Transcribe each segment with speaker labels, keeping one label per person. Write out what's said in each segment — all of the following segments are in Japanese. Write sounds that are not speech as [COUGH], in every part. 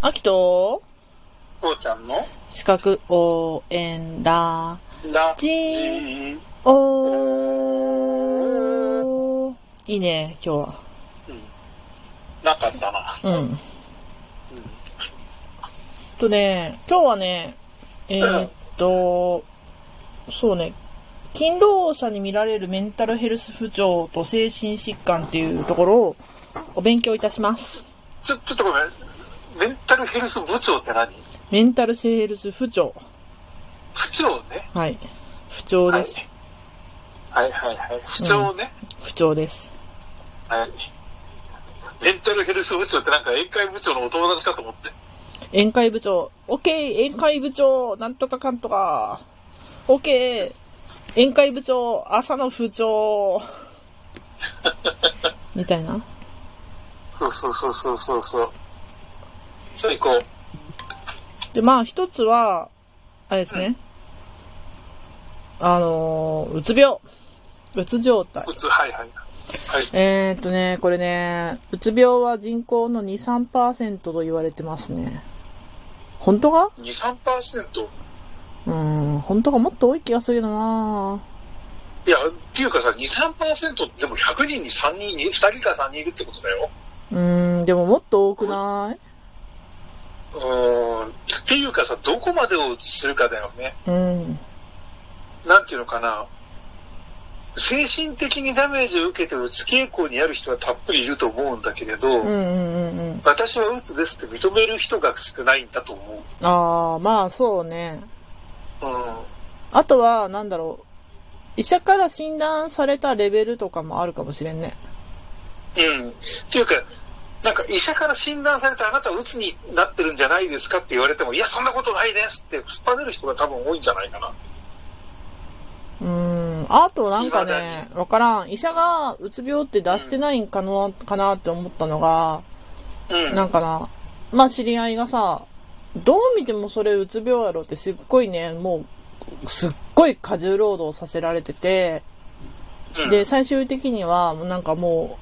Speaker 1: あきと
Speaker 2: こうちゃんの
Speaker 1: 資格応援ラ
Speaker 2: ラ
Speaker 1: ジ
Speaker 2: ー
Speaker 1: オいいね今日は
Speaker 2: なんかさ、
Speaker 1: うんとね今日はねえーっとそうね勤労者に見られるメンタルヘルス不調と精神疾患っていうところをお勉強いたします
Speaker 2: ちょ、ちょっとごめん。メンタルヘルス部長って何
Speaker 1: メンタルヘルス不調
Speaker 2: 不調ね。
Speaker 1: はい不調です
Speaker 2: はいはいはい。不調ね。
Speaker 1: 不調です
Speaker 2: はい。メンタルヘルス部長ってなんか宴会部長のお友達かと思って。
Speaker 1: 宴会部長。オッケー宴会部長なんとかかんとか。オッケー宴会部長朝の不調みたいな。
Speaker 2: そうそうそうそうそうそう。じゃあ行こう。
Speaker 1: で、まあ一つは、あれですね。あのー、うつ病。うつ状態。
Speaker 2: うつ、はいはい。はい。
Speaker 1: えー、っとね、これね、うつ病は人口の2、3%と言われてますね。本当か
Speaker 2: 2、3%?
Speaker 1: うーん、本当かもっと多い気がするけどない
Speaker 2: や、っていうかさ、2、3%ってでも100人に3人に、2人か3人いるってことだよ。
Speaker 1: うーん、でももっと多くないう
Speaker 2: ーん。っていうかさ、どこまでをするかだよね。
Speaker 1: うん。
Speaker 2: なんていうのかな。精神的にダメージを受けてうつ傾向にある人はたっぷりいると思うんだけれど、
Speaker 1: うんうんうんうん。
Speaker 2: 私はうつですって認める人が少ないんだと思
Speaker 1: ああ、まあそうね。
Speaker 2: う。うん。
Speaker 1: あとは、なんだろう。医者から診断されたレベルとかもあるかもしれんね。
Speaker 2: うん。っていうか、なんか医者から診断されてあなたはうつになってるんじゃないですかって言われても、いや、そんなことないですって突っぱねる人が多分多いんじゃないかな。
Speaker 1: うーん。あとなんか
Speaker 2: 未だ
Speaker 1: ね、わからん。医者がうつ病って出してないんかな、かなって思ったのが、
Speaker 2: うん。
Speaker 1: なんかな、まあ知り合いがさ、どう見てもそれうつ病やろってすっごいね、もう、すっごい過重労働させられてて、
Speaker 2: うん
Speaker 1: で、最終的には、もうなんかも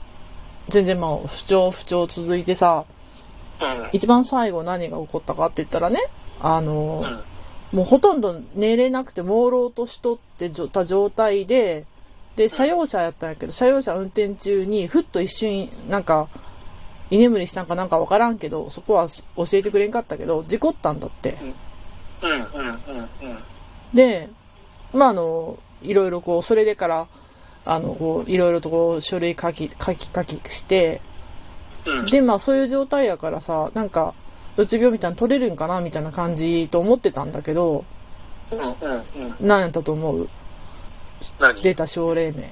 Speaker 1: う、全然まあ不調不調続いてさ、
Speaker 2: うん。
Speaker 1: 一番最後何が起こったかって言ったらね、あの、
Speaker 2: うん
Speaker 1: もうほとんど寝れなくて朦朧としとってじょた状態で、で、車用車やったんやけど、車用車運転中に、ふっと一瞬、なんか、居眠りしたんかなんかわからんけど、そこはし教えてくれんかったけど、事故ったんだって。
Speaker 2: うん。うん。うん。うん。
Speaker 1: で、まあ、あの、いろいろこう、それでから、あの、こう、いろいろとこう、書類書き、書き書きして、
Speaker 2: うん
Speaker 1: で、まあ、そういう状態やからさ、なんか、うつ病みたいなの取れるんかなみたいな感じと思ってたんだけど、
Speaker 2: うん。うん。うん。
Speaker 1: 何やったと思う
Speaker 2: 何
Speaker 1: 出た症例名。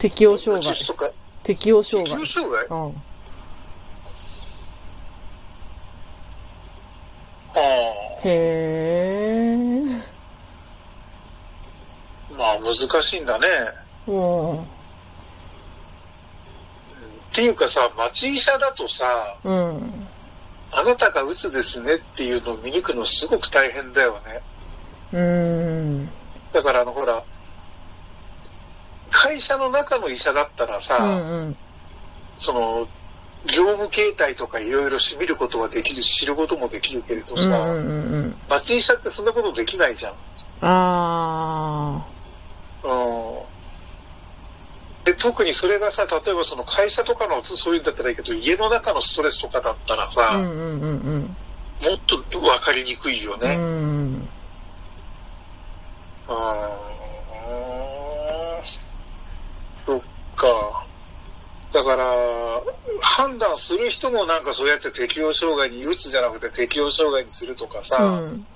Speaker 1: 適応障害
Speaker 2: う。つとか
Speaker 1: 適応障
Speaker 2: 適応
Speaker 1: 害。
Speaker 2: 障害
Speaker 1: うん。
Speaker 2: ああ、
Speaker 1: へー。
Speaker 2: まあ難しいんだね。
Speaker 1: うん。
Speaker 2: っていうかさ、町医者だとさ、
Speaker 1: うん。
Speaker 2: あなたが鬱ですねっていうのを見抜くのすごく大変だよね。
Speaker 1: うん。
Speaker 2: だからあのほら、会社の中の医者だったらさ、
Speaker 1: うんうん。
Speaker 2: その、業務形態とかいろいろ見ることはできるし、知ることもできるけれど
Speaker 1: う
Speaker 2: さ、
Speaker 1: んうんうんうん。
Speaker 2: 町医者ってそんなことできないじゃん。
Speaker 1: あ
Speaker 2: うんで特にそれがさ例えばその会社とかのそういうんだったらいいけど家の中のストレスとかだったらさ、
Speaker 1: ー。うん
Speaker 2: も
Speaker 1: うんうんうん。
Speaker 2: っと分かりにくいよ
Speaker 1: う
Speaker 2: ね、うん
Speaker 1: ん。
Speaker 2: そっかだから判断する人もなんかそうやって適応障害にうつじゃなくて適応障害にするとかさ、
Speaker 1: うん。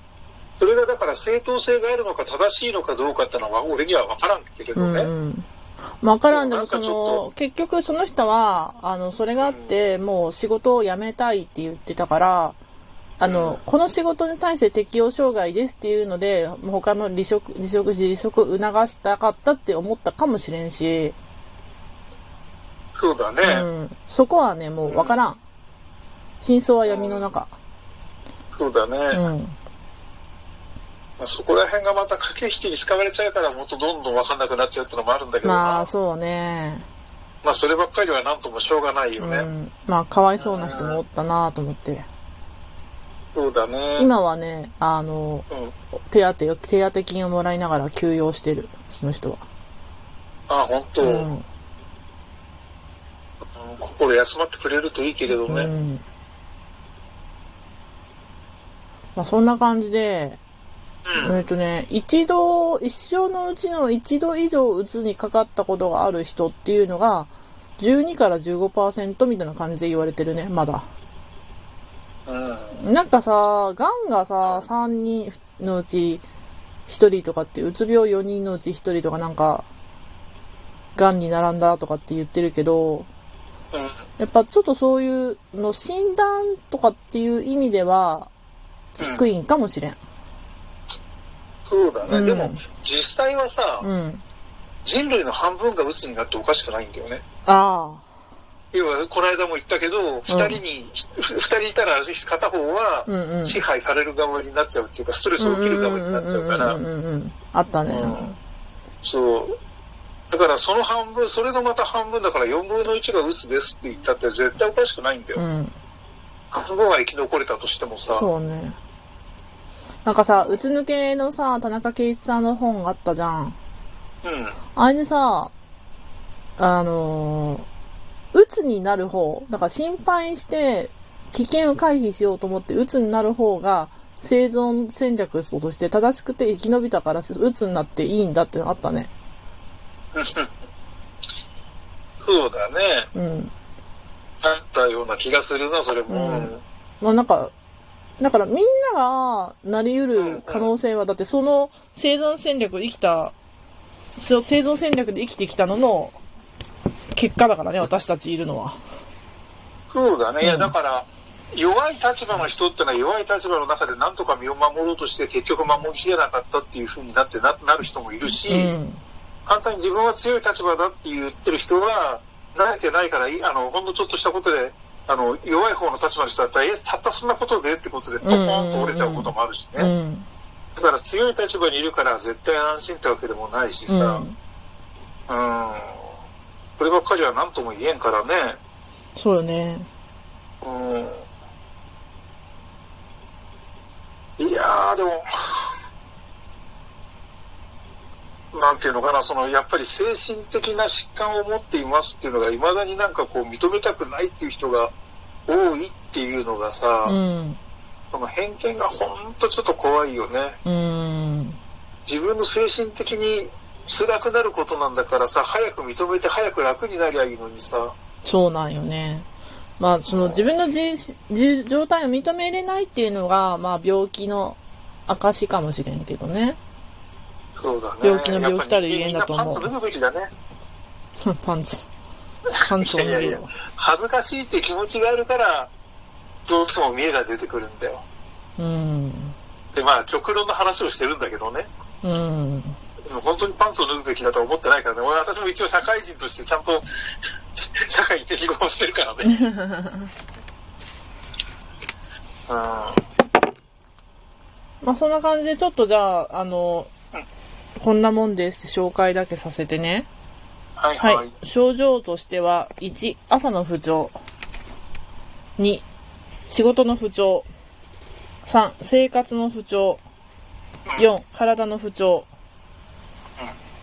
Speaker 2: それがだから正当性があるのか正しいのかどうかってのは俺には分からんけれ
Speaker 1: う
Speaker 2: ど
Speaker 1: ん
Speaker 2: ね、
Speaker 1: うん。わからんで
Speaker 2: な
Speaker 1: も
Speaker 2: んか
Speaker 1: そ
Speaker 2: ちょっ
Speaker 1: の結局その人はあのそれがあってもう仕事を辞めたいって言ってたからあの、この仕事に対して適応障害ですっていうのでもう他の離職離職時離職を促したかったって思ったかもしれんし、
Speaker 2: そうだね、
Speaker 1: うん、そこはねもうわからん真相は闇の中
Speaker 2: そうだね、
Speaker 1: うん
Speaker 2: まあ、そこら辺がまた駆け引きに使われちゃうからもっとどんどん分かんなくなっちゃうってのもあるんだけどな、
Speaker 1: まあそうね
Speaker 2: まあ、そればっかりはなんともしょうがないよね。
Speaker 1: うん、まあかわいそうな人もおったなと思って
Speaker 2: そうだね。
Speaker 1: 今はねあの
Speaker 2: うん。
Speaker 1: 手当てを手当金をもらいながら休養してるその人は、
Speaker 2: あ、本当、
Speaker 1: う
Speaker 2: うん
Speaker 1: ん
Speaker 2: 心休まってくれるといいけれどね。
Speaker 1: うんまあ、そんな感じで、
Speaker 2: うん
Speaker 1: えっとね、一度、一生のうちの一度以上うつにかかったことがある人っていうのが、12から15%みたいな感じで言われてるね、まだ。
Speaker 2: うん。
Speaker 1: なんかさ、がんがさ、3人のうち1人とかって、うつ病4人のうち1人とかなんか、がんに並んだとかって言ってるけど、
Speaker 2: うん。
Speaker 1: やっぱちょっとそういうの診断とかっていう意味では低いんかもしれん。
Speaker 2: そうだね。
Speaker 1: うん
Speaker 2: でも、実際はさ、
Speaker 1: うん。
Speaker 2: 人類の半分が鬱になっておかしくないんだよね。
Speaker 1: あ
Speaker 2: 要は、この間も言ったけど、二人に、二人いたら片方
Speaker 1: あ。う
Speaker 2: は
Speaker 1: んうん。
Speaker 2: 支配される側になっちゃうっていうか、ストレスを受ける側になっちゃうから、
Speaker 1: うんうんうんうん。あったね。
Speaker 2: そう。だからその半分、それがまた半分だから4分の1が鬱ですって言ったって絶対おかしくないんだよ。
Speaker 1: うん。
Speaker 2: 半分は生き残れたとしてもさ。
Speaker 1: そうね。なんかさ、うつ抜けのさ、田中圭一さんの本があったじゃん。
Speaker 2: うん。
Speaker 1: あれでさ、あのー、うつになる方、だから心配して危険を回避しようと思って、うつになる方が生存戦略として正しくて生き延びたから、うつになっていいんだってのあったね。
Speaker 2: そうだね。
Speaker 1: うん。
Speaker 2: あったような気がするな、それも。
Speaker 1: うんまあなんか、だからみんながなり得る可能性は、だってその生存戦略生きた、そ生存戦略で生きてきたのの結果だからね、私たちいるのは。
Speaker 2: そうだね。いや、
Speaker 1: うん
Speaker 2: だから、弱い立場の人ってのは弱い立場の中で何とか身を守ろうとして結局守りきれなかったっていう風になってななる人もいるし、
Speaker 1: うん。
Speaker 2: 簡単に自分は強い立場だって言ってる人は、慣れてないから、いあの、ほんのちょっとしたことで、あの、弱い方の立場の人だったら、え、たったそんなことでってことで、ポコーンと折れちゃうこともあるし
Speaker 1: う
Speaker 2: ね。
Speaker 1: ん。
Speaker 2: だから強い立場にいるから、絶対安心ってわけでもないし
Speaker 1: う
Speaker 2: さ、
Speaker 1: ん。
Speaker 2: うん。こればっかりは何とも言えんからね、
Speaker 1: そうよね。
Speaker 2: うん。いやー、でも、なんていうのかな、その、やっぱり精神的な疾患を持っていますっていうのが、未だになんかこう、認めたくないっていう人が多いっていうのがさ、
Speaker 1: うん。
Speaker 2: その偏見がほんとちょっと怖いよね。
Speaker 1: うん。
Speaker 2: 自分の精神的に辛くなることなんだからさ、早く認めて早く楽になりゃいいのにさ、
Speaker 1: そうなんよね。まあ、その自分のじじ状態を認めれないっていうのが、まあ、病気の証かもしれんけどね。 [LAUGHS]
Speaker 2: そうだね。
Speaker 1: 病気の病気たるゆえん
Speaker 2: や
Speaker 1: だ
Speaker 2: っぱ
Speaker 1: と
Speaker 2: り
Speaker 1: 思
Speaker 2: 人間
Speaker 1: う
Speaker 2: みんなパンツ脱ぐべきだね。
Speaker 1: パンツ。パンツを
Speaker 2: い
Speaker 1: 脱
Speaker 2: やい
Speaker 1: ぐ
Speaker 2: やいや
Speaker 1: よ。、
Speaker 2: 恥ずかしいって気持ちがあるから、どうしても見栄が出てくるんだよ。
Speaker 1: うん。
Speaker 2: で、まあ、極論の話をしてるんだけどね、
Speaker 1: うん。
Speaker 2: 本当にパンツを脱ぐべきだとは思ってないからね、俺私も一応社会人としてちゃんと [LAUGHS] 社会に適合してるからね。うん。
Speaker 1: [LAUGHS] まあ、そんな感じで、ちょっとじゃあ、あの、こんなもんですって紹介だけさせてね。
Speaker 2: はい
Speaker 1: は。
Speaker 2: はいい。
Speaker 1: 症状としては、1、朝の不調。2、仕事の不調。3、生活の不調。4、体の不調。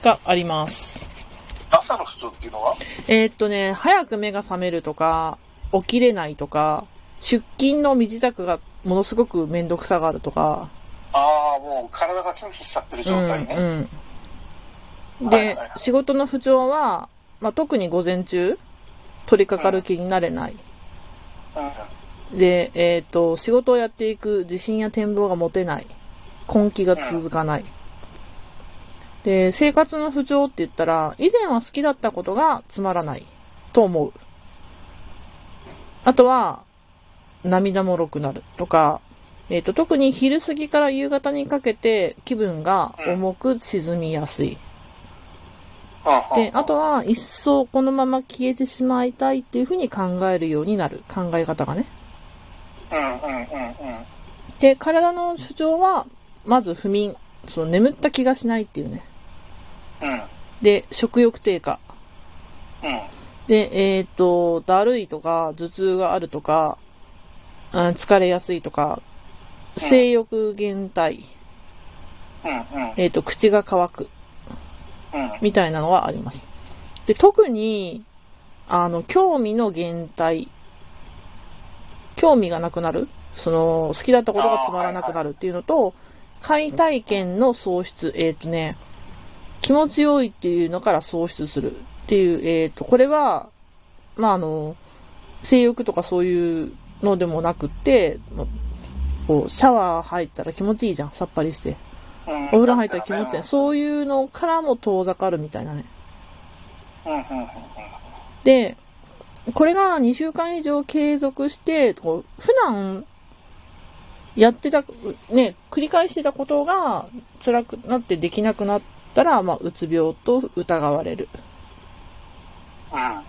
Speaker 1: があります。
Speaker 2: 朝の不調っていうのは
Speaker 1: えーっとね、早く目が覚めるとか、起きれないとか、出勤の身支度がものすごくめんどくさがあるとか、
Speaker 2: ああ、もう体が拒否しちゃってる状態ね。
Speaker 1: うんうん、
Speaker 2: はいはい
Speaker 1: で
Speaker 2: はい
Speaker 1: 仕事の不調は、まあ、特に午前中取り掛かる気になれない、
Speaker 2: うん。
Speaker 1: で、えっと仕事をやっていく自信や展望が持てない根気が続かない、で生活の不調って言ったら以前は好きだったことがつまらないと思うあとは涙もろくなるとか、えっと特に昼過ぎから夕方にかけて気分が重く沈みやすい、で、あとは、一層このまま消えてしまいたいっていうふうに考えるようになる。考え方がね。
Speaker 2: うんうんうんうん。
Speaker 1: で、体の主張は、まず不眠。その眠った気がしないっていうね。
Speaker 2: うん。
Speaker 1: で、食欲低下。
Speaker 2: うん。
Speaker 1: で、えっ、と、だるいとか、頭痛があるとか、うん、疲れやすいとか、性欲減退、
Speaker 2: うんうん
Speaker 1: えっ、と、口が乾く、
Speaker 2: うん
Speaker 1: みたいなのはあります。で、特に、あの、興味の減退、興味がなくなる、その、好きだったことがつまらなくなるっていうのと、解体験の喪失、えっ、とね、気持ちよいっていうのから喪失するっていう、えっ、と、これは、まあ、あの、性欲とかそういうのでもなくって、もうこう、シャワー入ったら気持ちいいじゃん、さっぱりして。
Speaker 2: うん
Speaker 1: お風呂入ったら気持ちいい。
Speaker 2: い。
Speaker 1: そういうのからも遠ざかるみたいなね。
Speaker 2: うんうんうんうん
Speaker 1: で、これが2週間以上継続して、こう普段やってた、ね、繰り返してたことが辛くなってできなくなったら、まあ、うつ病と疑われる。
Speaker 2: うん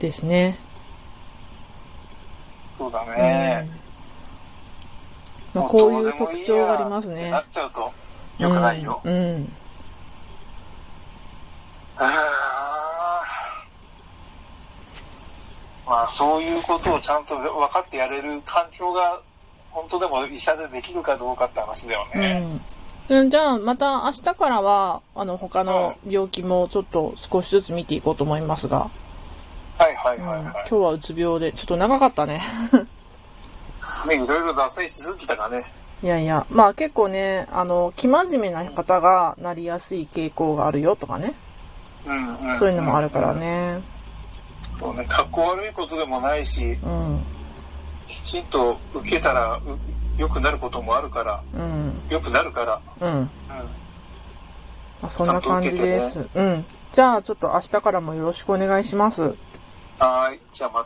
Speaker 1: ですね。
Speaker 2: そうだ
Speaker 1: うん
Speaker 2: ね。
Speaker 1: まあ、
Speaker 2: も
Speaker 1: こう
Speaker 2: ど
Speaker 1: いう
Speaker 2: でも
Speaker 1: 特
Speaker 2: や
Speaker 1: 徴があります
Speaker 2: って
Speaker 1: ね
Speaker 2: な。っちゃうと、よくないよ。
Speaker 1: うん。うん
Speaker 2: あーまあ、そういうことをちゃんと分かってやれる環境が、本当でも医者でできるかどうかって話だよね。
Speaker 1: うん、じゃあ、また明日からは、あの、他の病気もちょっと少しずつ見ていこうと思いますが、
Speaker 2: はいはい
Speaker 1: うん
Speaker 2: はい
Speaker 1: 今
Speaker 2: は
Speaker 1: 日はうつ病で、ちょっと長かったね。
Speaker 2: い。ねいろいろ脱線しすぎたかね。
Speaker 1: [LAUGHS] いやいや、まあ結構ね、あの、生真面目な方がなりやすい傾向があるよとかね、
Speaker 2: うんうん、
Speaker 1: そういうのもあるから。ね。
Speaker 2: そうね、格好悪いことでもないし、
Speaker 1: うん、
Speaker 2: きちんと受けたらう良くなることもあるから、
Speaker 1: うん、
Speaker 2: 良くなるから。
Speaker 1: うん。
Speaker 2: うん
Speaker 1: まあ、そんな感じです。うん。じゃあちょっと明日からもよろしくお願いします。
Speaker 2: はーい。じゃあま